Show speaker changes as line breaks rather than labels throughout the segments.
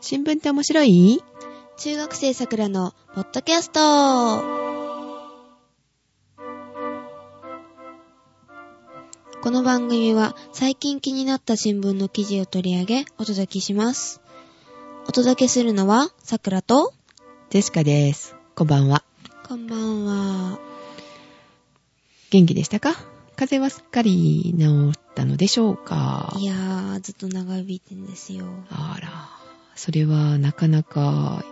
新聞って面白い
中学生さくらのポッドキャストこの番組は最近気になった新聞の記事を取り上げお届けします。お届けするのはさくらと
ジェシカです。こんばんは。
こんばんは。
元気でしたか風邪はすっかり治ったのでしょうか
いやー、ずっと長引いてんですよ。
あら、それはなかなか、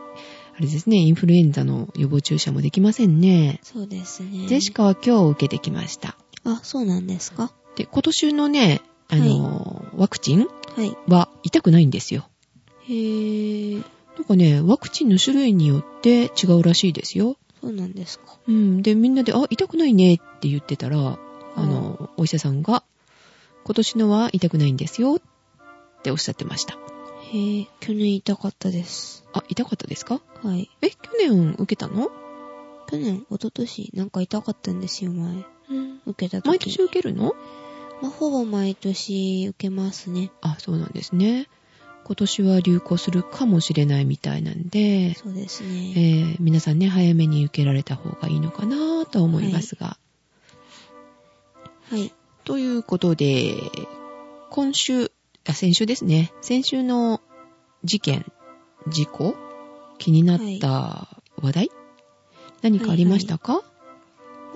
あれですね、インフルエンザの予防注射もできませんね。
そうですね。
ジェシカは今日受けてきました。
あ、そうなんですか
で、今年のね、あの、ワクチン
はい。
は痛くないんですよ。
へー、
なんかね、ワクチンの種類によって違うらしいですよ。
そうなんですか。
うん。で、みんなで、あ、痛くないねって言ってたら、あの、お医者さんが、今年のは痛くないんですよっておっしゃってました。
へー、去年痛かったです。
あ、痛かったですか
はい。
え、去年受けたの
去年、一昨年なんか痛かったんですよ、前。
うん。
受けた時。
毎年受けるの
まあ、ほぼ毎年受けますね。
あ、そうなんですね。今年は流行するかもしれないみたいなんで、
そうです
え
ね。
ー皆さんね、早めに受けられた方がいいのかなとは思いますが。
はい。
ということで、今週、あ、先週ですね。先週の事件、事故、気になった話題、何かありましたか、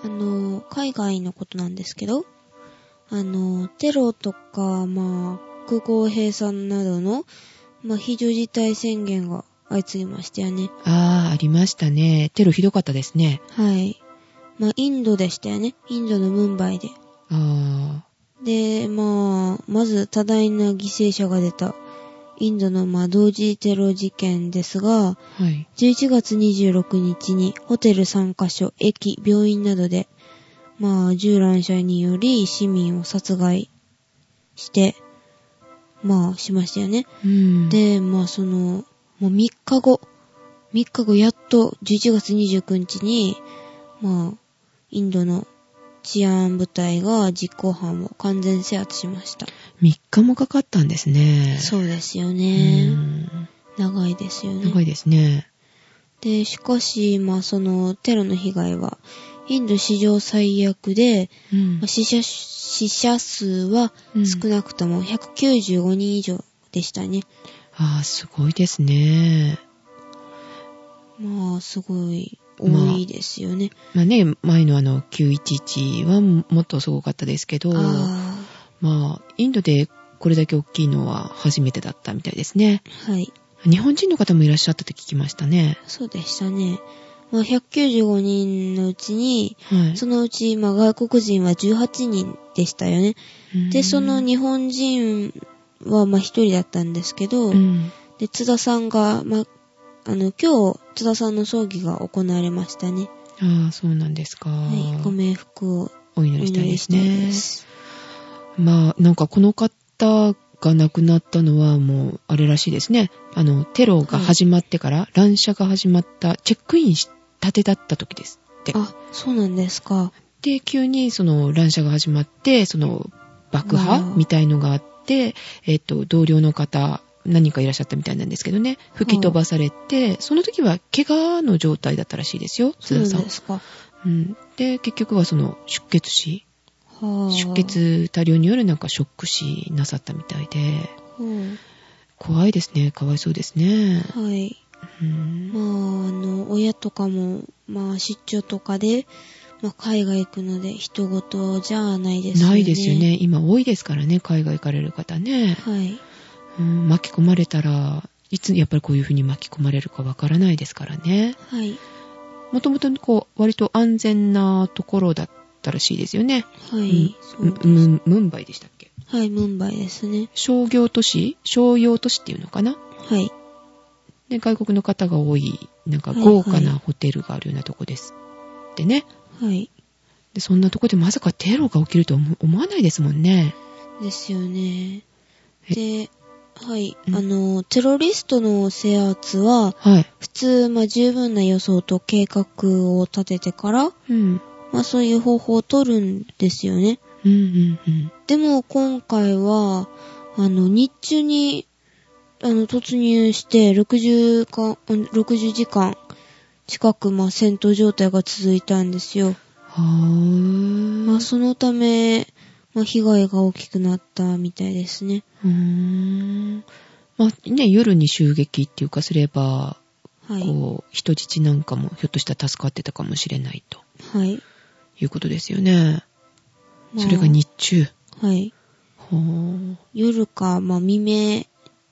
あの、海外のことなんですけど、あの、テロとか、まあ、空港閉鎖などの、まあ、非常事態宣言が相次ぎましたよね。
ああ、ありましたね。テロひどかったですね。
はい。まあ、インドでしたよね。インドのムンバイで。
あ
で、まあ、まず多大な犠牲者が出た、インドの、まあ、同時テロ事件ですが、
あ、はい。
11月26日にホテル3カ所、駅、病院などで、まあ、銃乱射により市民を殺害して、まあ、しましたよね。
うん。、
で、まあ、その、もう3日後、3日後、やっと11月29日に、まあ、インドの治安部隊が実行犯を完全制圧しました。
3日もかかったんですね。
そうですよ
う
ね。
ん。
長いですよね。
長いですね。
で、しかし、まあ、その、テロの被害は、インド史上最悪で、
うん
まあ死者、死者数は
うん
少なくとも195人以上でしたね。
ああ、すごいですね。
まあ、すごい、多
まあ
いですよね。
まあね、前のあの、911はもっとすごかったですけど、
あ
まあ、インドでこれだけ大きいのは初めてだったみたいですね。
あ、はい。
日本人の方もいらっしゃったと聞きましたね。
そうでしたね。まあ、195人のうちに、
はい。
そのうち、まあ、外国人は18人でしたよね。
うん
で、その日本人は、まあ、1人だったんですけど、
うん。
で、津田さんが、ま、あの、今日、津田さんの葬儀が行われましたね。
ああ、そうなんですか。
はい。ご冥福を
お
お
祈りした
祈
いで
りし
す
たい
ね
で。す。
まあ、なんかこの方が亡くなったのはもう、あれらしいですね。あの、テロが始まってから、乱射が始まった、チェックインしたてだった時ですって。
あ、そうなんですか。
で、急にその乱射が始まって、その爆
わ
破
あ
みたいのがあって、えっと、同僚の方、何人かいらっしゃったみたいなんですけどね、吹き飛ばされて、その時は怪我の状態だったらしいですよ、
そうな
須
ん
田さん
で。すか。は
うん、で、結局はその出血死、
あ。
出。血多量によるなんかショック死なさったみたいで、
うん。
怖いですね、かわいそうですね。
はい。
うん
まあ、あの、親とかも、まあ、出張とかで、まあ、海外行くので、人事じゃないですよね。
ないですよ。ね。今多いですからね、海外行かれる方ね。
はい。
うん巻き込まれたらいつやっぱりこういうふうに巻き込まれるかわからないですからね
はい。
もともとこう割と安全なところだったらしいですよね、
は
うん
い。そう
ムムムンバイでしたっけ
はい、ムンバイですね。
商業都市商用都市っていうのかな
はい。
で外国の方が多いなんか
はい
豪華
は
なホテルがあるようなとこですってね
はい。
でそんなとこでまさかテロが起きると思思わないですもんね
ですよね。
え
で、はい、
うん
あの、テロリストの制圧は、
はい
普通、まあ、十分な予想と計画を立ててから、
うん
まあ、そういう方法を取るんですよね。
うんうんうん
でも、今回は、あの、日中に、あの、突入して60か、うん60時間近く、まあ、戦闘状態が続いたんですよ。
はー
まあ、そのため、まあ、被害が大きくなったみたいですね。
うーん。まあね、夜に襲撃っていうかすれば、
はい。
こう、人質なんかもひょっとしたら助かってたかもしれないと
はい。
いうことですよね。
まあ
それが日中。
はい。
ほー
夜か、まあ、未明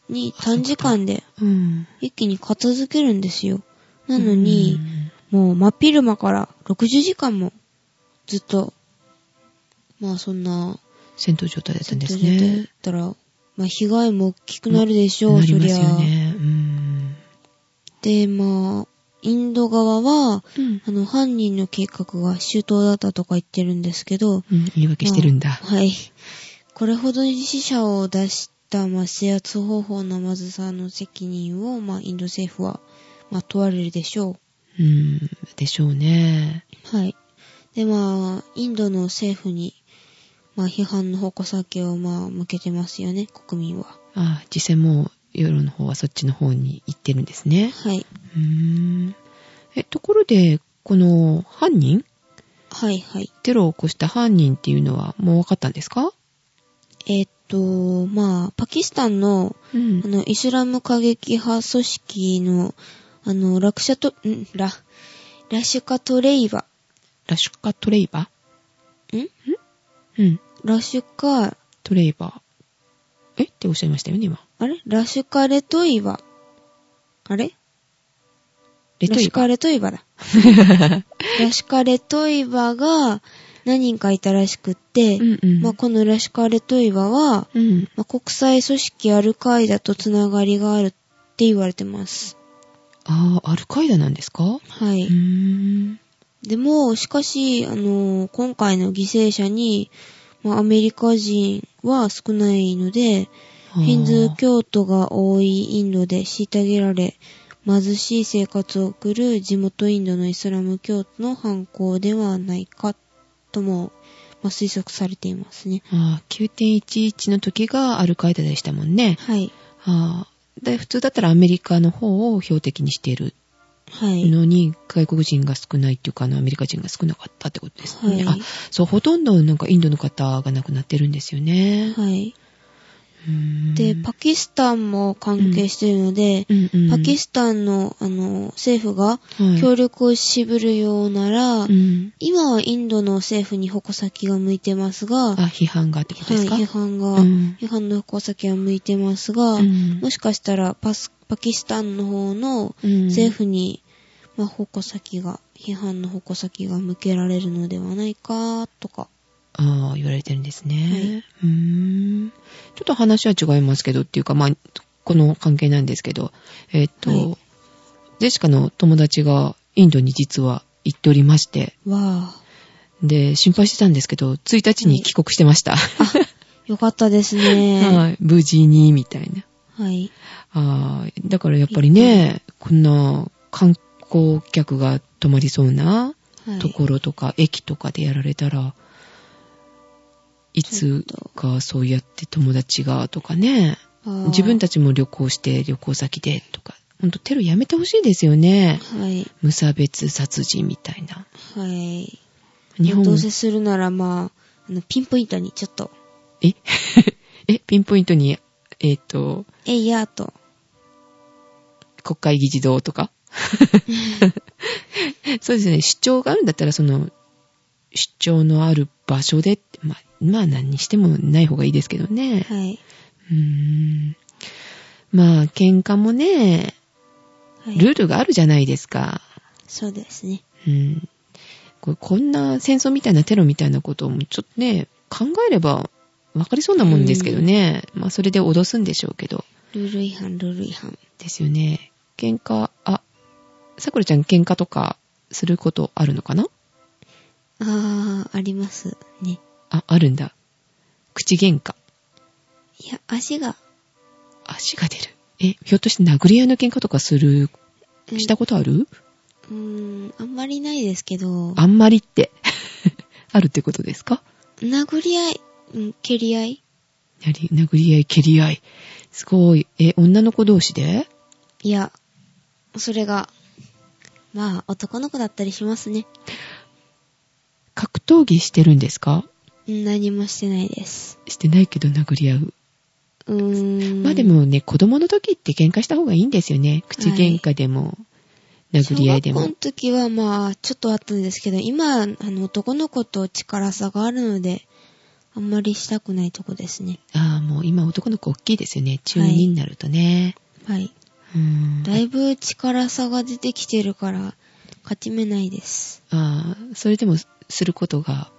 に短時間で
うん。
一気に片付けるんですよ。なのに、もう真昼間から60時間もずっと、まあそんな、
うん、戦闘状態だったんです
ずっとやっ
ね。
たら、まあ被害も大きくなるでしょう、
なり
そ
ま
りゃ
す。よね。うん。
で、まあ、インド側は、
うん
あの、犯人の計画が周到だったとか言ってるんですけど、
うん言い訳してるんだ。
はい。これほど死者を出した、まあ、制圧方法のまずさの責任を、まあ、インド政府は、まあ、問われるでしょ
う
う。
ん。でしょうね。
はい。で、まあ、インドの政府に、まあ、批判の矛先を、まあ、向けてますよね、国民は。
ああ、実際もう夜の方はそっちの方に行ってるんですね。
はい。
うーん。え、ところで、この犯人
はい、はい。
テロを起こした犯人っていうのはもう分かったんですか
えーっと、まあ、パキスタンの、
う
あ
ん。
の、イスラム過激派組織の、あの、ラクシャト、んラ、ラシュカトレイバ。
ラシュカトレイバ
ん
ーうん。
ラシュカ、
トレイバー。えっておっしゃいましたよね、今。
あれラシュカレトイバ。あれ
レト
ラ
イ
シュ
バ
カ
ー。
レト イバだ。ラシュカレトイバが何人かいたらしくって、
うんうん。
まあ、このラシュカレトイバは、
うん。
まあ、国際組織アルカイダとつながりがあるって言われてます。
ああ、アルカイダなんですか
は
う
い。
ーん。
でも、しかし、あのー今回の犠牲者に、まあ、アメリカ人は少ないので、ヒンズー教徒が多いインドで虐げられ、貧しい生活を送る地元インドのイスラム教徒の犯行ではないかとも、まあ、推測されていますね。
ああ、9.11の時がアルカイダでしたもんね。
はい。
ああ。で、普通だったらアメリカの方を標的にしている
はい。
のに、外国人が少ないっていうか、あの、アメリカ人が少なかったってことですね。
はい
あ、そう、ほとんどなんかインドの方が亡くなってるんですよね。
はい。
うーん
で、パキスタンも関係しているので、
うんうん
パキスタンのあの政府が
はい
協力を渋るようなら、
うん
今はインドの政府に矛先が向いてますが、
あ、批判がってことですか、
はい批判が、
うん
批判の矛先は向いてますが、
うん
もしかしたらパスパキスタンの方の
うん
政府に、まあ、矛先が、批判の矛先が向けられるのではないか、とか。
ああ、言われてるんですね。
はいう
ーん。ちょっと話は違いますけどっていうか、まあ、この関係なんですけど、えっと、
はい
ジェシカの友達がインドに実は行っておりまして、
わ
で、心配してたんですけど、1日に帰国してました。
あ、よかったですね。は
はい。無事に、みたいな。
い。
ああ、だからやっぱりね、こんな観光客が泊まりそうな
はい。
ところとか、駅とかでやられたら、いつかそうやって友達がとかね、自分
た
たちも旅行して旅行先でとか、ほんとテロやめてほしいですよね。
はい。
無差別殺人みたいな。
はい。
日本
どうせするなら、まあ、あの、ピンポイントにちょっと、
ええ、ピンポイントに、えっ、と、
えいやーと。
国会議事堂とか そうですね、主張があるんだったら、その、主張のある場所でって、まあ、まあ何にしてもない方がいいですけどね。
はい。
うーんまあ、喧嘩もね、
はい。
ルールがあるじゃないですか。
そうですね。
うん、ここんな戦争みたいなテロみたいなことをちょっとね、考えれば分かりそうなもんですけどね。まあ、それで脅すんでしょうけど。
ルール違反、ルール違反。
ですよね。喧嘩、あ、さくらちゃん喧嘩とかすることあるのかな
あー、ありますね。
あ、あるんだ。口喧嘩。
いや、足が、
足が出る。え、ひょっとして殴り合いの喧嘩とかする、
うん
したことある
うーん、あんまりないですけど、
あんまり って。あるってことですか
殴り合い、うん、蹴り合い
やり、殴り合い、蹴り合い。すごい。え、女の子同士で
いや、それが、まあ、男の子だったりしますね。
格闘技してるんですか
何もしてないです。
してないけど殴り合う。
うーん。
まあで、もね、子供の時って喧嘩した方がいいんですよね。口喧嘩でも、殴り合いで
小
も
学校。の時はまあ、ちょっとあったんですけど、今、あの、男の子と力差があるので、あんまりしたくないとこですね。
ああ、もう今男の子大きいですよね。中2になるとね。
はい。
うーん。
だいぶ力差が出てきてるから、勝ち目ないです。
ああ、それでもすることが、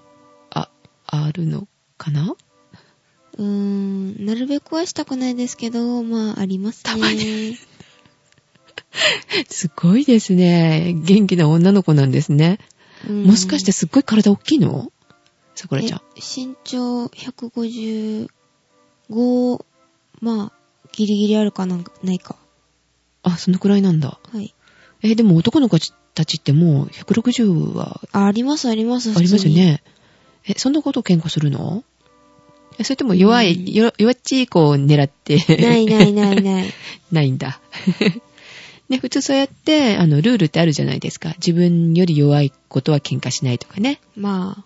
あ、あるのかな
うーん、なるべくはしたくないですけど、まあ、あります
たま
ね。
すごいですね。元気な女の子なんですね。も
も
しかしてすっごい体大きいのさくらちゃん。
身長155、まあ、ギリギリあるかなんかないか。
あ、そのくらいなんだ。
はい。
え、でも男の子たちってもう160は
あ、ありますあります。
ありますよ
普
ね。え、そんなこと喧嘩するのえ、それとも弱い、
うん
よ弱っちい子を狙って
通に。ないないないない。
ないんだ。ね、普通そうやって、あの、ルールってあるじゃないですか。自分より弱いことは喧嘩しないとかね。
まあ。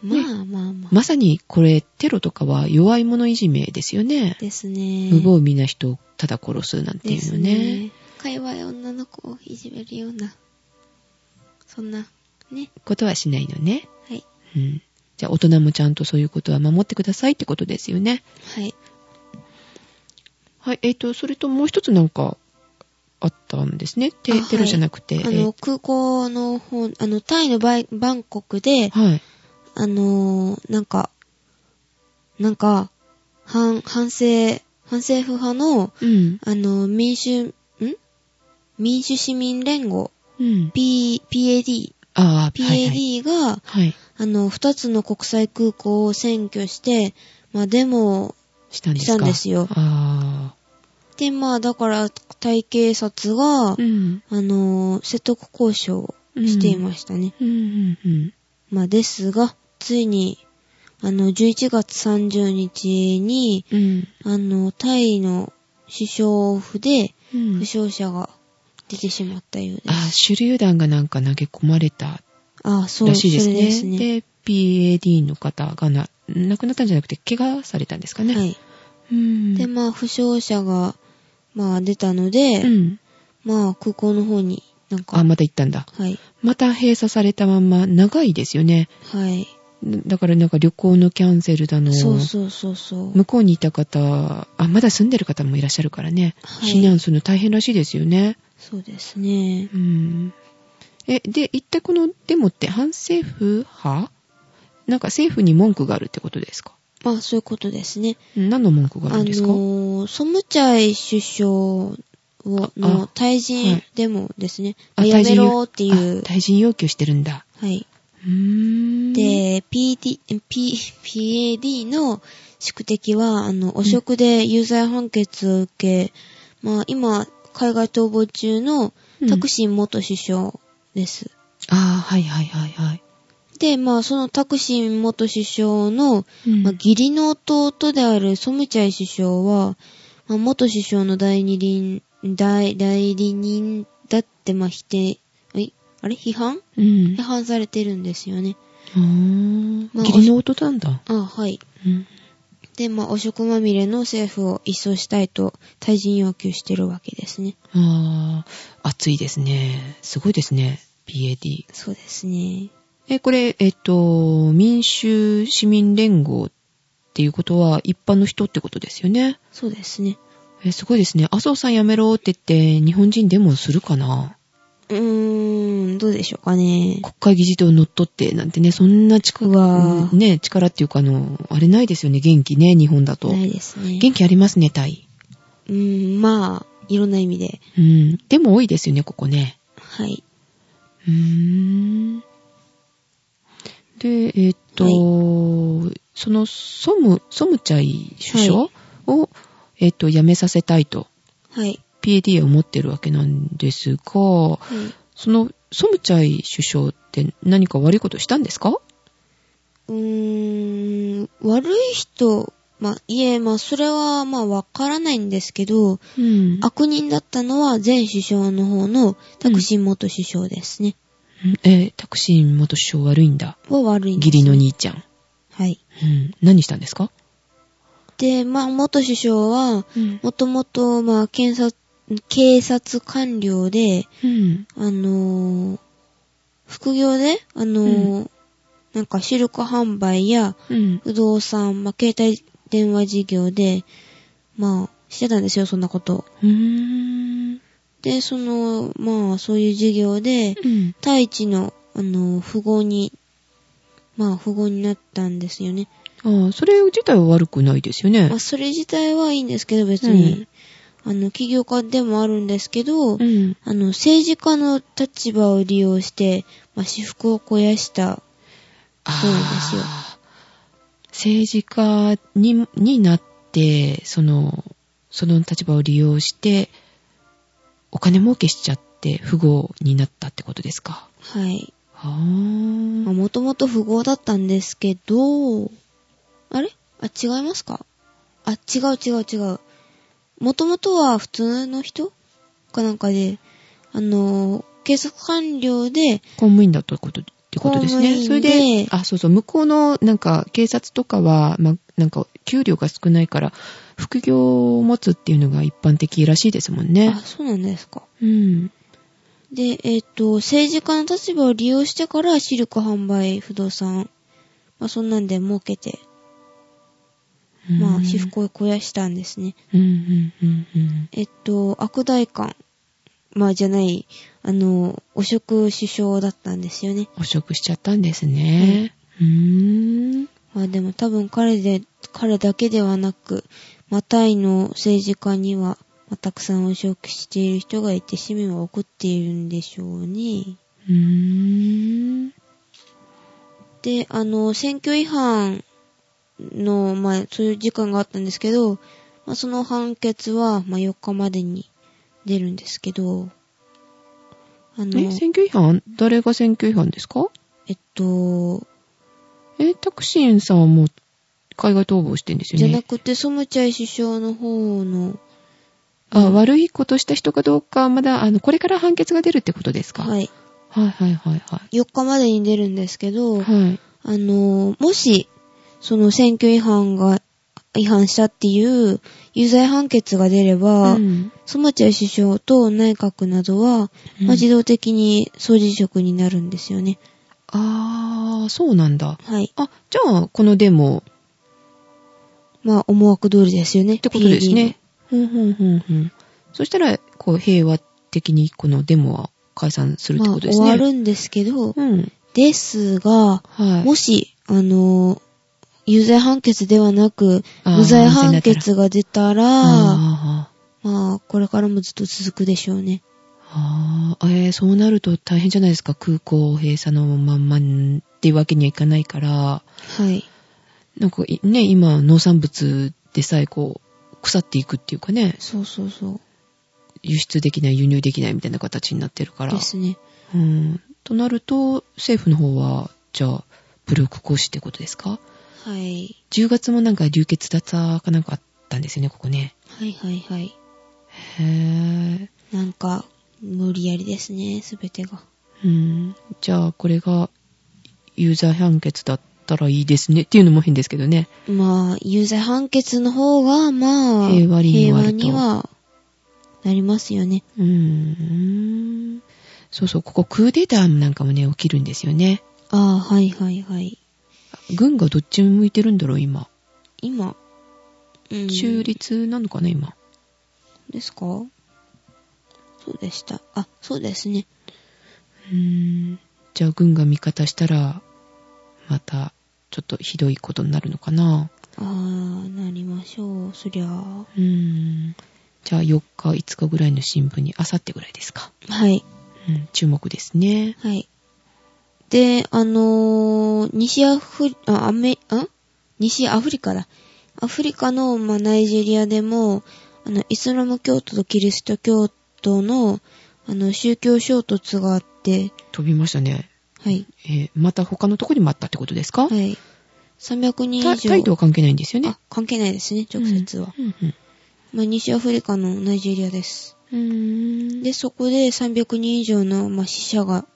まあまあまあ。
まさにこれ、テロとかは弱い者いじめですよね。
ですね。
無防備な人をただ殺すなんて
で
いう
す
のね。
ね。会話や女の子をいじめるような、そんな、ね。
ことはしないのね。
はい。
うん。じゃあ、大人もちゃんとそういうことは守ってくださいってことですよね。
はい。
はい。えっ、と、それともう一つなんか、あったんですね。テ
あはい
テロじゃなくて。
あ
えー
の、空港の方、あの、タイのバイバンコクで、
はい。
あのー、なんか、なんか、反、反政、反政府派の、
うん。
あのー、民主、ん民主市民連合、
うん。
P、PAD、
ああ、はい、はい。
PAD が、
はい。
あの、二つの国際空港を占拠して、まあ、デモを
したんです
し
か
たんですよ。
あ
で、まあ、だから、タイ警察が、
あ。うん。
あのー、説得交渉をしていましたね。
うん、うん、うん。
まあ、ですが、ついに、あの、11月30日に、
うん。
あの、タイの首相府で、
うん
負傷者が出てしまったようです。
ああ、手榴弾がなんか投げ込まれた
ああ、そう
らしいです
それで
ね。
すね。
で PAD の方がな、亡くなったんじゃなくて、怪我されたんですかね。
はい。
うん。
で、まあ、負傷者が、まあ、出たので、
うん。
まあ、空港の方になんか、
あ、また行ったんだ。
はい。
また閉鎖されたまんま長いですよね。
はい。
だからなんか旅行のキャンセルだの。
そうそうそうそう。
向こうにいた方、あ、まだ住んでる方もいらっしゃるからね。
はい
避難するの大変らしいですよね。
そうですね
う。ん。え、で、一体このデモって反政府派なんか政府に文句があるってことですか
まあ、そういうことですね。
うん何の文句があ
あ
る
の
んですか、
ー、ソムチャイ首相を
あ
の退
は
陣
い
デモですね。
あ
や
退
め
陣
ろっていう
あ。退陣要求してるんだ。
はい。
うーん。、
で、PD、P、PAD の宿敵は、あの、汚職で有罪判決を受け、まあ、今、海外逃亡中のタク
シー。
シン元首相です。
あーはいはいはいはい。
で、まあ、そのタクシン元首相の、
うん
まあ、義理の弟であるソムチャイ首相は、まあ、元首相の代理人、代代理人だって、まあ、否定、えあれ批判
うん
批。判されてるんですよね。
うーん
まあ
義理の弟なんだ。
あはい。
うん。
で、まあ、汚職まみれの政府を一掃したいと、退陣要求してるわけですね。
ああ、暑いですね。すごいですね。PAD。
そうですね。
え、これ、えっと、民衆市民連合っていうことは一般の人ってことですよね。
そうですね。
え、すごいですね。麻生さんやめろって言って、日本人デモするかな
うーん、どうでしょうかね。
国会議事堂乗っ取ってなんてね、そんな力
うわー
ね、力っていうかあの、あれないですよね、元気ね、日本だと。
ないですね。
元気ありますね、タイ。
うーん、まあ、いろんな意味で。
うん。でも多いですよね、ここね。
はい。
うーん。で、えっと、そのソム、ソムチャイ首相
はい
を、えっと、辞めさせたいと、
はい。
PAD を持ってるわけなんですが、そ
はい。
のソムチャイ首相って何か悪いことしたんですか
うーん、悪い人まあ、いえ、まあ、それは、まあ、わからないんですけど、
うん。
悪人だったのは前首相の方のタクシン元首相ですね。
うんえ、タクシン元首相悪いんだ。
は悪いんです、
義理の。兄ちゃん。
はい。
うん。何したんですか
で、まあ、元首相は、
うん。
もともと、まあ、検察、警察官僚で、
うん。
あのー副業で、あのーなんかシルク販売や
うん。
不動産、まあ、携帯電話事業で、まあ、してたんですよ、そんなこと。
うん。
で、その、まあ、そういう事業で、
うん。
大地の、あの、富豪に、まあ、富豪になったんですよね。
ああ、それ自体は悪くないですよね
まあ、。それ自体はいいんですけど、別に、あの、起業家でもあるんですけど、
うん。
あの、政治家の立場を利用して、まあ、私服を肥やした。そうなんですよ
あー政治家にになって、その、その立場を利用して、お金儲けしちゃって、富豪になったってことですか。
はい。
は
まあ、
あ。
もともと富豪だったんですけど、あれあ、違いますかあ、違う違う違う。もともとは普通の人かなんかで、あの、警察官僚で、
公務員だったことってことですね。
公
そ
務
れ
員で
で、あ、そうそう、向こうの、なんか、警察とかは、まあ、なんか、給料が少ないから、副業を持つっていうのが一般的らしいですもんね
あ、。そうなんですか。
うん。
で、えっ、と、政治家の立場を利用してからシルク販売、不動産、まあそんなんで儲けて、まあ私服を肥やしたんですね。
うん。うん、うん、うん、
えっと、悪代官、まあじゃない、あの、汚職首相だったんですよね。
汚職しちゃったんですね。うーん。
まあでも多分彼で、彼だけではなく、まあタイの政治家には、まあたくさん汚職している人がいて、市民は怒っているんでしょうね。
うーん。
で、あの、選挙違反の、まあ、そういう時間があったんですけど、まあ、その判決は、まあ、4日までに出るんですけど、あの、
え、選挙違反誰が選挙違反ですか
えっと、
え、タクシンさんはもう、海外逃亡してんです
じ
よ
ゃな
ね。
くて、ソムチャイ首相の方の、
あ、悪いことした人かどうか、まだ、あの、これから判決が出るってことですか
はい、
はいはいはいは
4日までに出るんですけど、
い。はい。
あの、もし、その選挙違反が、違反したっていう有罪判決が出れば、
うん
ソムチャイ首相と内閣などは、
うん
まあ、自動的に総辞職になるんですよね。
あー、そうなんだ。
はい。
あ、じゃあ、このデモっ
まあ、思惑通りですよね。って
ことですね。。ふんふんふんふん。そしたら、こう、平和的にこのデモは解散するって
まあ、
ことで
終
すね。
わるんですけど、
うん。
ですが、
はい。
もし、あの、有罪判決ではなく、
あー
無罪判決が出たら、
あ
まあ、これからもずっと続くでしょうね。
ああー、えーそうなると大変じゃないですか。空港閉鎖のまんまっていうわけにはいかないから、
はい。
なんかいね、今、農産物でさえこう、腐っていくっていうかね、
そうそうそう。
輸出できない、輸入できないみたいな形になってるから。
ですね。
うん。となると、政府の方は、じゃあ、武力行使ってことですか
はい。
10月もなんか流血脱差かなんかあったんですよね、ここね。
はいはいはい。
へー。
なんか、無理やりですね、すべてが。
うん、じゃあこれが有罪判決だったらいいですねっていうのも変ですけどね。
まあ、有罪判決の方が、まあ、
平和に
平
はある
和
と
にはなりますよね。
うん。そうそう、ここクーデターなんかもね、起きるんですよね。
ああ、はいはいはい。
軍がどっち向いてるんだろう、今。
今、うん
中立なのかな、今。
ですかそうでした。あ、そうですね。
うん。じゃあ軍が味方したら、また、ちょっとひどいことになるのかな。
ああ、なりましょう。そりゃあ。
うん。じゃあ4日、5日ぐらいの新聞に、あさってぐらいですか。
はい、
うん、注目ですね。
はい。で、あのー西アフリ、あ、アメ、ん西アフリカだ。アフリカの、まあ、ナイジェリアでも、あの、イスラム教徒とキリスト教徒の、あの、宗教衝突があって、
飛びましたね。
はい、
えーまた他のとこにもあったってことですか、
はい。 300人
タ
以
イ
上。
タイとは関係ないんですよね
あ。、関係ないですね、直接は。
うんうん
まあ、西アフリカのナイジェリアです。
うん
で、そこで300人以上の、まあ、死者が、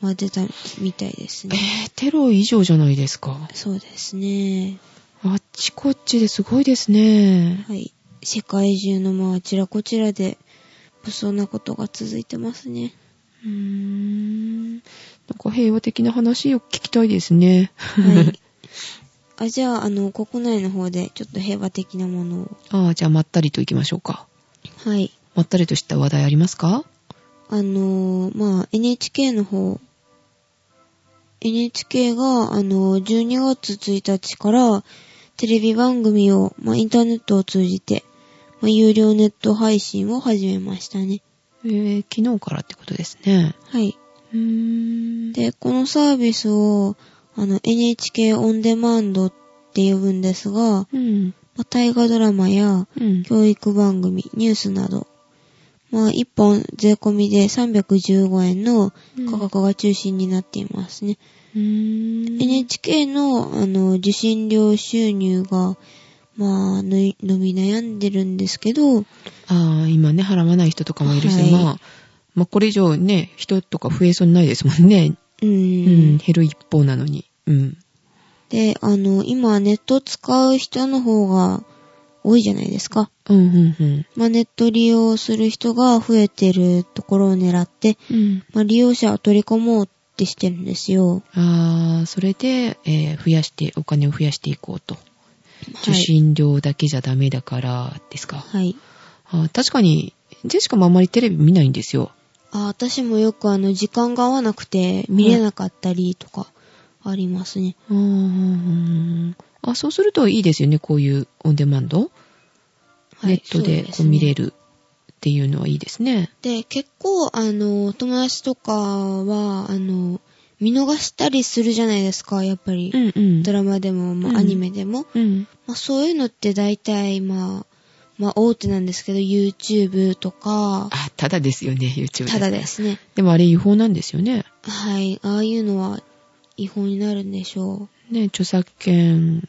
まあ、出たみたいです
え
ね。
ー、テロ以上じゃないですか。
そうですね。
あっちこっちですごいですね。
はい。世界中の、まあ、あちらこちらで、そんなことが続いてますね。
うーん。なんか平和的な話を聞きたいですね。
はい。あ、じゃあ、あの、国内の方で、ちょっと平和的なものを。
ああ、じゃあまったりと行きましょうか。
はい。
まったりとした話題ありますか
あのーまあ、NHK の方、NHK が、あのー12月1日から、テレビ番組を、まあ、インターネットを通じて、まあ、有料ネット配信を始めましたね。
えー、昨日からってことですね。
はい。
うーん。
で、このサービスを、あの、NHK オンデマンドって呼ぶんですが、
うん。
まあ、大河ドラマや、
うん。
教育番組、ニュースなど、まあ、1本税込みで315円の価格が中心になっていますね。
うーん。
NHK のあの受信料収入が、まあ、のい伸び悩んでるんですけど、
ああ、今ね、払わない人とかもいるし、
はい
まあ、まあこれ以上ね、人とか増えそうにないですもんね。
うん
うん、減る一方なのに。うん。
で、あの、今ネット使う人の方が多いじゃないですか。
うん、うん、うん。
まあ、ネット利用する人が増えてるところを狙って、
うん。
まあ、利用者を取り込もうってしてるんですよ。
ああ、それで、えー増やして、お金を増やしていこうと。受
はい。
信料だけじゃダメだから、ですか。
はい。
あー確かに、ジェシカもあんまりテレビ見ないんですよ。
あ、私もよくあの、時間が合わなくて見れなかったりとかありますね。
あーうんあ、そうするといいですよね、こういうオンデマンド。
はい
ネットで
そう
こ
す
う
ね
見れるっていうのはいいですね。
で、結構、あの、友達とかは、あの、見逃したりするじゃないですか、やっぱり。
んうん
ドラマでも、ま
うん
あ、アニメでも。
うん。
まあ、そういうのって大体、まあ、まあ、大手なんですけど、YouTube とか、
あ、ただですよね、YouTube。
ただで。すね。
でもあれ違法なんですよね。
はい。ああいうのは違法になるんでしょう。
ね、著作権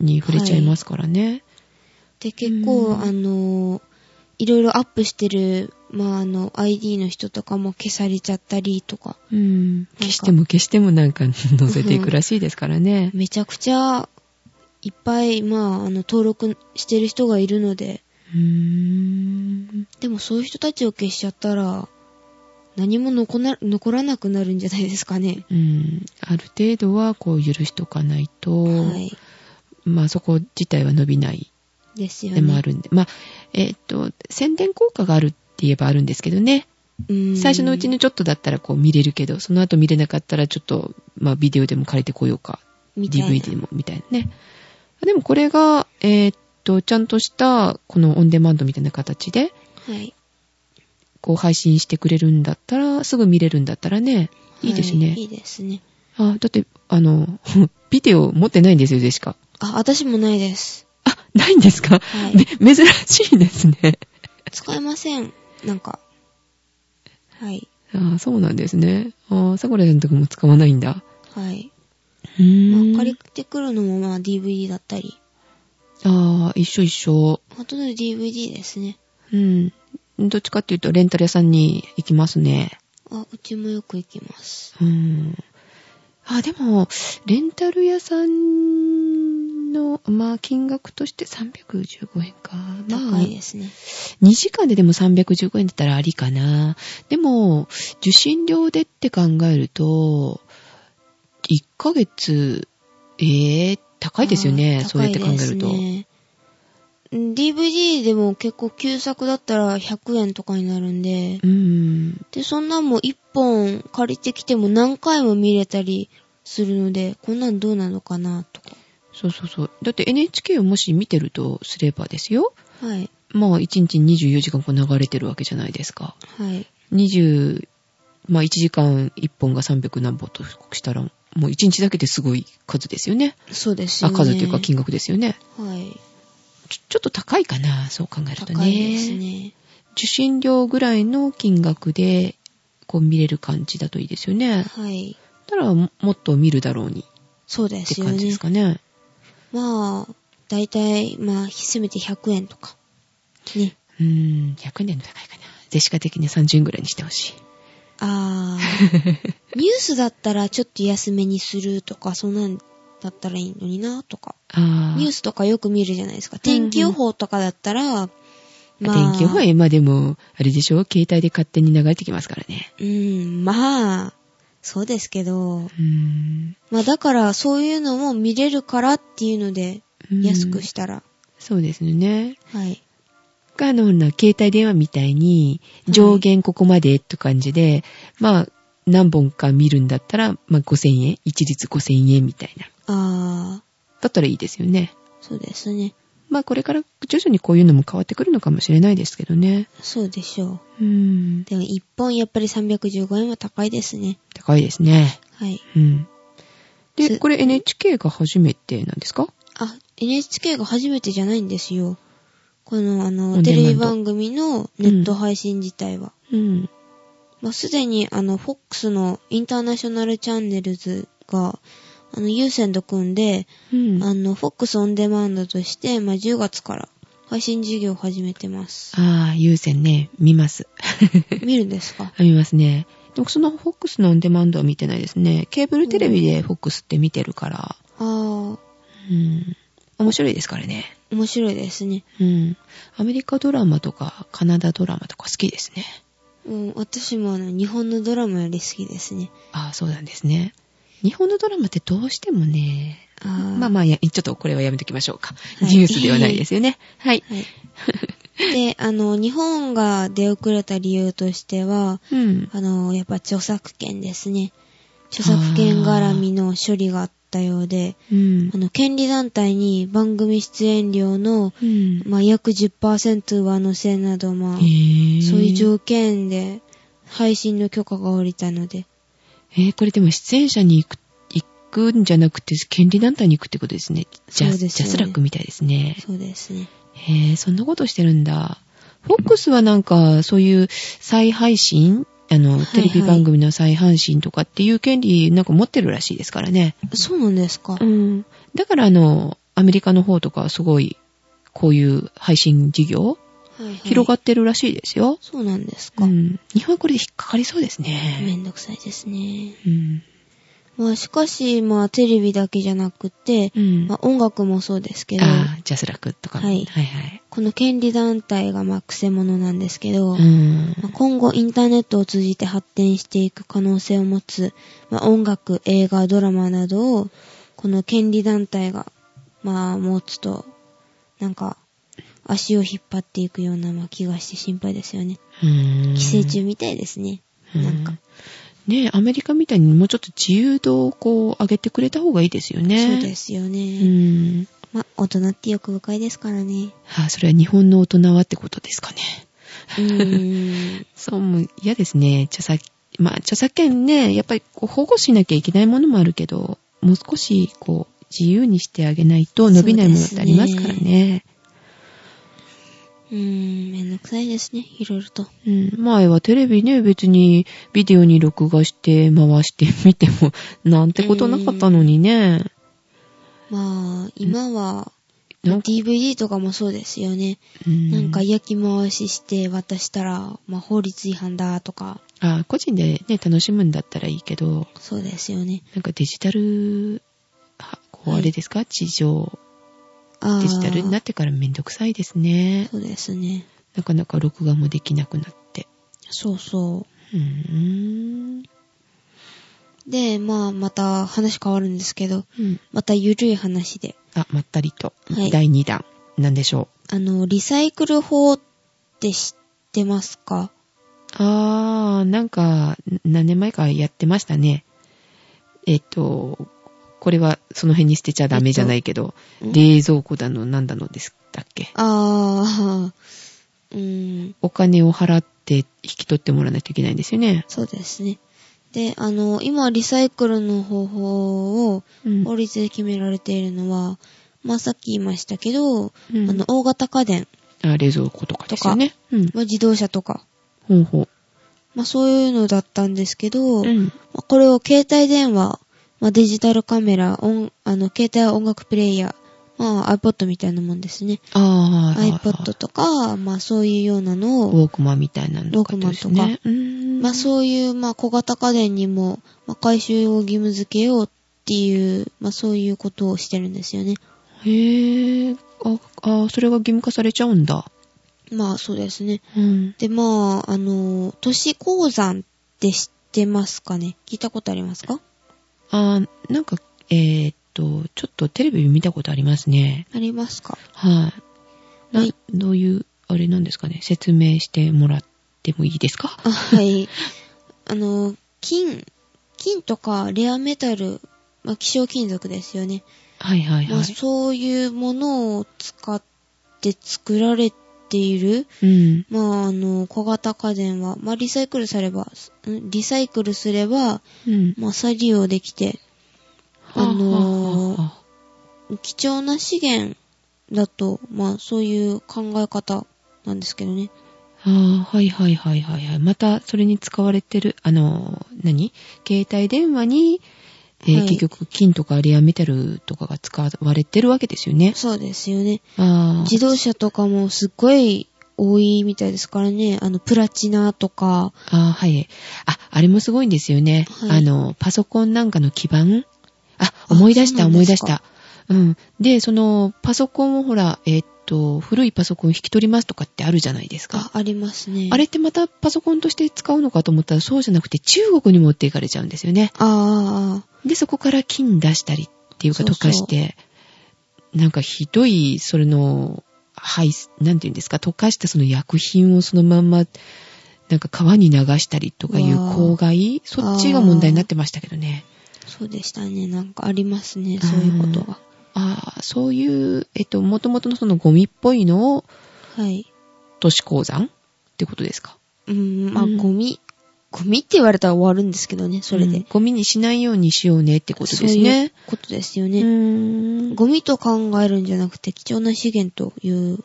に触れちゃいますからね。
で、結構、
うん
あの、いろいろアップしてる、まあ、あの、ID の人とかも消されちゃったりとか、
うん。消しても消してもなんか載せていくらしいですからね。
めちゃくちゃいっぱい、まあ、あの登録してる人がいるので
うーん。
でもそういう人たちを消しちゃったら何も残な残らなくなるんじゃないですかね。
うん。ある程度はこう許しとかないと、
はい、
まあそこ自体は伸びない
ですよね。
でもあるんで。まあ、えっと、宣伝効果があるって言えばあるんですけどね。
うん
最初のうちのちょっとだったらこう見れるけど、その後見れなかったらちょっと、まあビデオでも借りてこようか
みたいな
DVD もみたいなね。でもこれが、えーっと、ちゃんとした、このオンデマンドみたいな形で、
はい、
こう配信してくれるんだったら、すぐ見れるんだったらね、いいですね。
はいいいですね。
あ、だって、あの、 ビデオ持ってないんですよ、でしか。
あ、私もないです。
あ、ないんですか、
はい
め珍しいですね。
使えません。なんか。はい。
あそうなんですね。あさくらちゃんのとこも使わないんだ。
はい。
うーん。
まあ、借りてくるのもまあ DVD だったり。
あー一緒一緒。
ほとんど DVD ですね。
うん。どっちかっていうと、レンタル屋さんに行きますね。
あ、うちもよく行きます。
うん。あ、でも、レンタル屋さんの、まあ、金額として315円か。ま
高
あ
い、ですね。
2時間ででも315円だったらありかな。でも、受信料でって考えると、1ヶ月、ええ高いですよね。
あー
そうやって考えると。
高いですねうん DVD でも結構旧作だったら100円とかになるんで、
うん。
で、そんなんも1本借りてきても何回も見れたりするので、こんなんどうなのかなとか。
そうそうそう。だって NHK をもし見てるとすればですよ。
はい。
まあ、1日24時間こう流れてるわけじゃないですか。
はい。
20、まあ1時間1本が300何本としたら、もう1日だけですごい数ですよね。
そうですよ
あ、
ね。
数というか金額ですよね。
はい。
ちょちょっと高いかな、そう考えるとね。
高いですね。
受信料ぐらいの金額で、こう見れる感じだといいですよね。
はい。
たらももっと見るだろうに。
そうで
って
すよ
感じで
ね
す。かね。
まあ、だいたい、まあ、せめて100円とか。ね。
うーん、100年の高いかな。ゼシカ的に30円ぐらいにしてほしい。
あー。 ニュースだったらちょっと安めにするとか、そんなんだったらいいのになとか。
あ
ニュースとかよく見るじゃないですか。天気予報とかだったら、まあ、
天気予報は今でも、あれでしょ携帯で勝手に流れてきますからね。
うん、まあ、そうですけど、
うーん。
まあだからそういうのも見れるからっていうので、
うん
安くしたら、
そうですね。
はい。
あの、ほら携帯電話みたいに、
い
上限ここまでって感じで、まあ、何本か見るんだったら、まあ、5000円、一律5000円みたいな。
あ
だったらいいですよね。
ー、そうですね。
まあ、これから徐々にこういうのも変わってくるのかもしれないですけどね。
そうでしょ
うーん
う。。でも一本やっぱり315円は高いですね。
高いですね。
はい。
うん。で、
す
これ NHK が初めてなんですか
あ、NHK が初めてじゃないんですよ。このあ
オ
の、
ンデ
テ
マンド
レビ番組のネット配信自体は。
うん。
まあ、すでにあの、FOX のインターナショナルチャンネルズが、あの、有線と組んで、
うん。
あの、FOX オンデマンドとして、まあ、10月から配信事業を始めてます。
ああ、優先ね、見ます。
見るんですか
あ見ますね。でもその FOX のオンデマンドは見てないですね。ケーブルテレビで FOX って見てるから、
あー、
うん。面白いですからね。
面白いですね。
うん。アメリカドラマとか、カナダドラマとか好きですね。
うん、私もあの、日本のドラマより好きですね。
ああ、そうなんですね。日本のドラマってどうしてもね、
あー
まあまあ、いやちょっとこれはやめときましょうか。
はい
ニュースではないですよね。はい。
はい。で、あの、日本が出遅れた理由としては、
うん。
あの、やっぱ著作権ですね。著作権絡みの処理があったようで、
うん
あ。の、権利団体に番組出演料の、
うん
まあ、約10%上乗せなど、まあ
へ、ー
そういう条件で、配信の許可が下りたので、
えーこれでも出演者に行く、行くんじゃなくて、権利団体に行くってことですね。ジャ
そう
ス
です
ジ
よ
ャ
ね
スラックみたいですね。
そうですね。
へえ、そんなことしてるんだ。フォックスはなんか、そういう再配信あの、
はい
テレビ番組の再配信とかっていう権利なんか持ってるらしいですからね。
そうなんですか。
うん。だからあの、アメリカの方とかはすごい、こういう配信事業、
はいはい
広がってるらしいですよ。
そうなんですか。
うん。日本はこれで引っかかりそうです
め
ね。
んどくさいですね。
うん。
まあ、しかし、まあ、テレビだけじゃなくて、
うん。
まあ、音楽もそうですけど、
ああ、ジャスラックとかも。
はい
はいはい。
この権利団体が、まあ、癖者なんですけど、
うん。
まあ今後インターネットを通じて発展していく可能性を持つ、まあ、音楽、映画、ドラマなどを、この権利団体が、まあ、持つと、なんか、足を引っ張っていくような、まあ、気がして心配ですよね。
うん
寄生虫みたいですね。なんか。
うんねえアメリカみたいにもうちょっと自由度をこう上げてくれた方がいいですよね。。
そうですすよ
う
ね。
ん。
まあ、大人って欲深いですか らね。
はあ、それは日本の大人はってことですかね。
うーん。
そう、もう嫌ですね。著作、まあ、著作権ね、やっぱりこう保護しなきゃいけないものもあるけど、もう少しこう、自由にしてあげないと伸びないものってありますから
そうです
ね。
うーん、めんどくさいですね、いろいろと。
うん、前はテレビね、別にビデオに録画して回して見ても、なんてことなかったのにね。
まあ、今は、
なんか、
DVD とかもそうですよね。
うん
なんか焼き回しして渡したら、まあ、法律違反だとか、
あ個人でね、楽しむんだったらいいけど、
そうですよね。
なんかデジタル、はこう
はい
あれですか、地上、
あー
デジタルになってからめんどくさいですね。
そうですね。
なかなか録画もできなくなって。
そうそう
ーん。
う。で、まあ、また話変わるんですけど、
うん
またゆるい話で、
あ、まったりと、
はい
第2弾、なんでしょ
あの、リサイクル法って知ってますか
う。あー、なんか、ん何年前かやってましたね。えっと、これはその辺に捨てちゃダメじゃないけど、
うん
冷蔵庫だの、なんだのですだっけ
あー、う ーん、
お金を払って引き取ってもらわないといけないんですよね。
そうですね。で、あの、今、リサイクルの方法を
うん
法律で決められているのは、まあ、さっき言いましたけど、
うん
あの、大型家電、
あ冷蔵庫とかですよね。うん。
まあ、自動車とか、
ほうほ
まあ、そういうのだったんですけど、
う。うん。
まあこれを携帯電話、まあ、デジタルカメラ、音あの携帯音楽プレイヤー、まあ、iPod みたいなもんですね。
ああ、はいはいはい
iPod とか、まあ、そういうようなのを
ウォークマンみたいなのとかですね。
ウォークマンと
うーん
まあそういう、まあ小型家電にも、まあ回収を義務付けようっていう、まあそういうことをしてるんですよね。
へえ、あ、あ、それが義務化されちゃうんだ。
まあそうですね。
うん。
で、まあ、あの、都市鉱山って知ってますかね聞いたことありますか
あー、なんか、えーっと、ちょっとテレビ見たことありますね。
ありますか
はい、な
はい
どういう、あれなんですかね。説明してもらってもいいですか
あ、はい。 あの、金、金とかレアメタル、まあ希少金属ですよね。
はいはい
ま
は
あ
い。
そういうものを使って作られている、
うん。
まあ、あの、小型家電は、まあ、リサイクルされば、んリサイクルすれば、
うん。
まあ、再利用できて、あのー
はあ
貴重な資源だと、まあ、そういう考え方なんですけどね。
あーはいはいはいはいはい。また、それに使われてる、あのー、何携帯電話に、えー
はい
結局、金とかレアメタルとかが使われてるわけですよね。
そうですよね。
ああ。
自動車とかもすっごい多いみたいですからね。あの、プラチナとか、
あーはい。あ、あれもすごいんですよね。
はい
あの、パソコンなんかの基板あ、思い出した、
そう
思
なん
い
で
出
す
し
か
た。うん。で、その、パソコンをほら、えーっと、古いパソコン引き取りますとかってあるじゃないです
あ
か。、
ありますね。
あれってまたパソコンとして使うのかと思ったらそうじゃなくて中国に持っていかれちゃうんですよね。
あーあー、あ
で、そこから金出したりっていうか
そう
溶
そう
かして、なんかひどい、それの、はい、なんていうんですか、溶かしたその薬品をそのまんま、なんか川に流したりとかいう
わあ
公害、そっちが問題になってましたけどね。
ーそうでしたね。なんかありますね。そういうことが。
ああ、そういう、えっと、元々のそのゴミっぽいのを
はい。
都市鉱山ってことですか
うん、まあ、
うん
ゴミ、ゴミって言われたら終わるんですけどね、それで。
うんゴミにしないようにしようねってことで
そ
す
うい
ね
う。ことですよ
う
ね。
ーん
ゴミと考えるんじゃなくて、貴重な資源という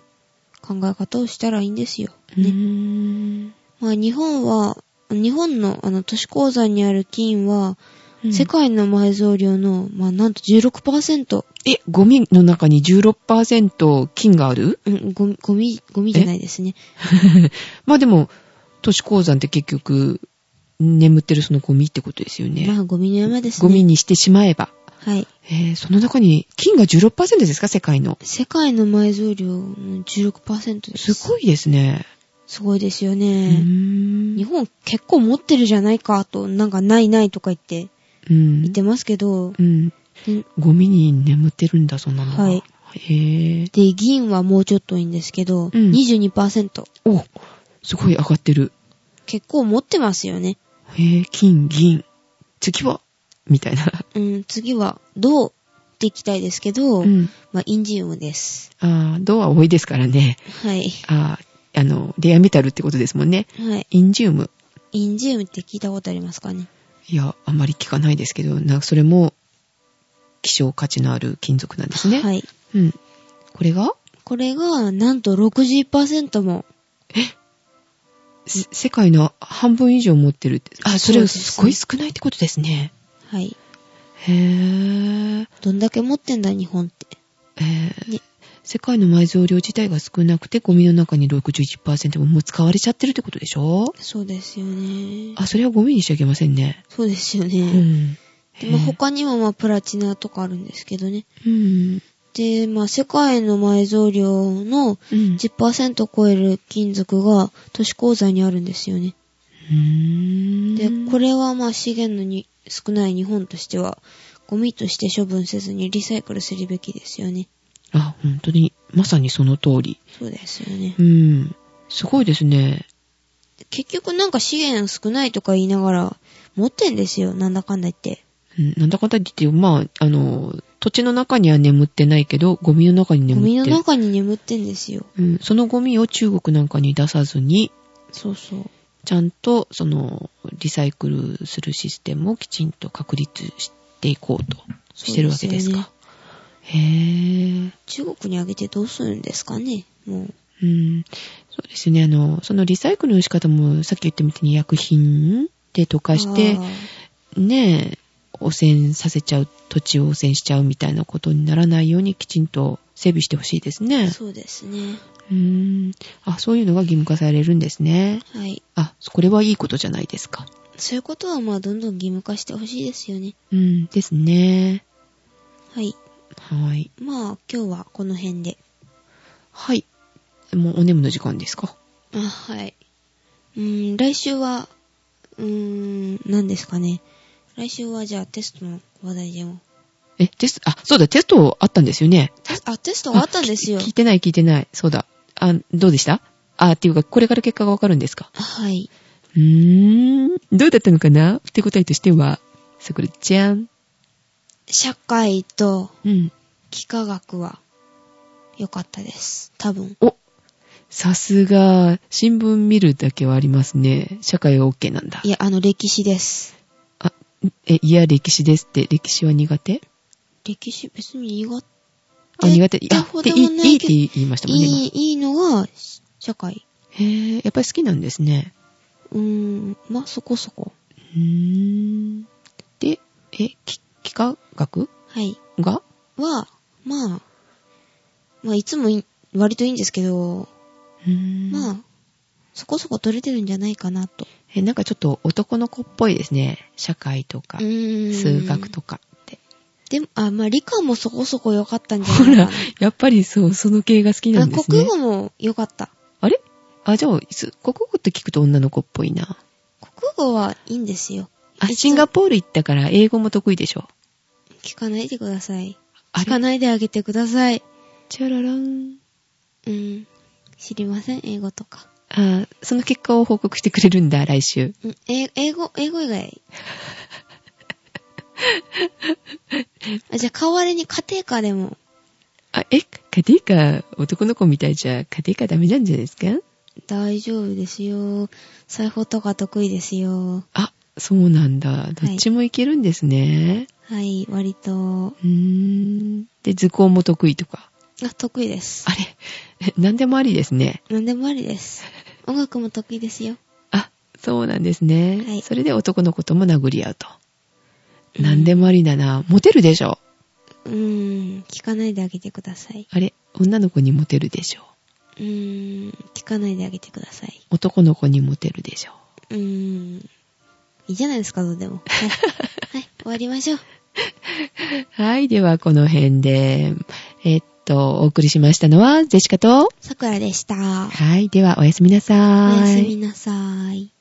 考え方をしたらいいんですよ。
う
ね。
ーん
まあ、日本は、日本のあの都市鉱山にある金は、
うん
世界の埋蔵量の、まあ、なんと16%、
え、ゴミの中に16%金がある
うん、ゴミ、ゴミ、ゴミじゃないですね。
まあでも、都市鉱山って結局、眠ってるそのゴミってことですよね。
まあ、ゴミの山ですね。
ゴミ。にしてしまえば。
はい。
えーその中に金が16%ですか世界の。
世界の埋蔵量の16%ですす。
ごいですね。
すごいですよ
う
ね。
ん
日本結構持ってるじゃないかと、なんかないないとか言って、
うん
言ってますけど、
うん。
で
ゴミに眠ってるんだ、そんなのが。
はい
へえ。
で、銀はもうちょっといいんですけど、
うん
22%。
お、すごい上がってる。
結構持ってますよね。
へえ、金、銀。次はみたいな。
うん、次は、銅っていきたいですけど、
うん。
まあ、インジウムです。
ああ、銅は多いですからね。
はい。
ああ、あの、レアメタルってことですもんね。
はい。
インジウム。
インジウムって聞いたことありますかね
いや、あまり聞かないですけど、なんかそれも、希少価値のある金属なんですね。
はい。
うん。これが、
これが、なんと60%も、
せ世界の半分以上持ってるって。あ、それは
そうです
すごい少ないってことですね。
はい。
へー。
どんだけ持ってんだ、日本って。
えー
ね
世界の埋蔵量自体が少なくて、ゴミの中に61%ももう使われちゃってるってことでしょ
そうですよね。
あ、それはゴミにしちゃいけませんね。
そうですよね。
うん。
でま
へ
あ
ー
他にも、まあ、プラチナとかあるんですけどね。
うん。
で、まあ、世界の埋蔵量
う
の
ん。
10%を超える金属が都市鉱山にあるんですよね。で、こ
れ、
れはまあ資源のに少ない日本としては、ゴミとして処分せずにリサイクルするべきですよね。
あ、本当に、まさにその通り。
そうですよね
う。ん。すごいですね。
結局なんか資源少ないとか言いながら、持ってんですよ、なんだかんだ言って。
うんなんだかんだ言って、まあ、あの、土地の中には眠ってないけど、ゴミの中に
ゴミ
眠っ
の
てる。
中に眠ってんですよ。
うん、そのゴミを中国なんかに出さずに、
そうそう。
ちゃんと、その、リサイクルするシステムをきちんと確立していこうとしてるわけですか。へえ。
中国にあげてどうするんですかね、もう。
うん。そうですね。あの、そのリサイクルの仕方も、さっき言ったみたいに薬品で溶かして
あ、ー
ねえ、汚染させちゃう、土地を汚染しちゃうみたいなことにならないようにきちんと整備してほしいですね。
そうですね。
うーん。あ、そういうのが義務化されるんですね。
はい。
あ、これはいいことじゃないですか。
そういうことはまあどんどん義務化してほしいですよね。
うん、ですね。
はい。
はい。
まあ今日はこの辺で。
はい。もうお眠の時間ですか
あ、はい。うーん、来週は、うーん、何ですかね。来週はじゃあテストの話題でも。
え、テスト、あ、そうだ、テストあったんですよね。
テスあ、テスト終わったんですよ
あ。き聞いてない聞いてない。そうだ。あ、どうでしたあ、っていうか、これから結果がわかるんですか
はい。
うーん。どうだったのかな手応えとしては。さくらちゃん。
社会と
うん。
幾何学は良かったです。多分。
おさすが、新聞見るだけはありますね。社会は OK なんだ
い。や、あの歴史です。
あ、え、いや、歴史ですって、歴史は苦手
歴史別に苦手。
あ、苦手。
だ
あ、
ほ
で
ど
い
も
い
ない
いっ
いけ
て
ど
言いましたもんね。今
いい、いいのは社会。
へえ、やっぱり好きなんですね。
うーん、まあそこそこ。
うーん。で、え、き、幾何学
はい。
が
は、まあ、まあいつもい割といいんですけど、
うーん
まあ、そこそこ取れてるんじゃないかなと。
え、なんかちょっと男の子っぽいですね。社会とか、数
数
学とかって。
でも、あ、まあ理科もそこそこ良かったんじゃ
ほ、
ないから
やっぱりそう、その系が好き
な。
な
あ
んです
国
ね。
語も良かった。
あれあ、じゃあ、す国語って聞くと女の子っぽいな。
国語はいいんですよ。
あ、
いつ
シンガポール行ったから英語も得意でしょ。
聞かないでください。
あ
聞かないであげてください。
チャララン。
うん。知りません、英語とか。
あ、その結果を報告してくれるんだ、来週。
うん、え英語、英語 以外。あじゃあ、代わりに家庭科でも。
あ、え、家庭科、男の子みたいじゃ家庭科ダメなんじゃないですか
大丈夫ですよ。裁縫とか得意ですよ。
あ、そうなんだ。どっちもいけるんですね。
はい、割と。
うーん。で、図工も得意とか。
あ、得意です
あ。 れ、何でもありですね。
何でもありです。音楽も得意ですよ。
あ、そうなんですね。
はい
それで男の子とも殴り合うと。何でもありだな。モテるでしょ。
うーん、聞かないであげてください。
あれ、女の子にモテるでしょ。
うーん、聞かないであげてください。
男の子にモテるでしょ。
うーん、いいじゃないですか、どうでも。はい、はい、終わりましょう。
はい、ではこの辺で、えっと、お送りしましたのは、ジェシカと、
さくらでした。
はい、ではおやすみなさ
お
ーい。
やすみなさーい。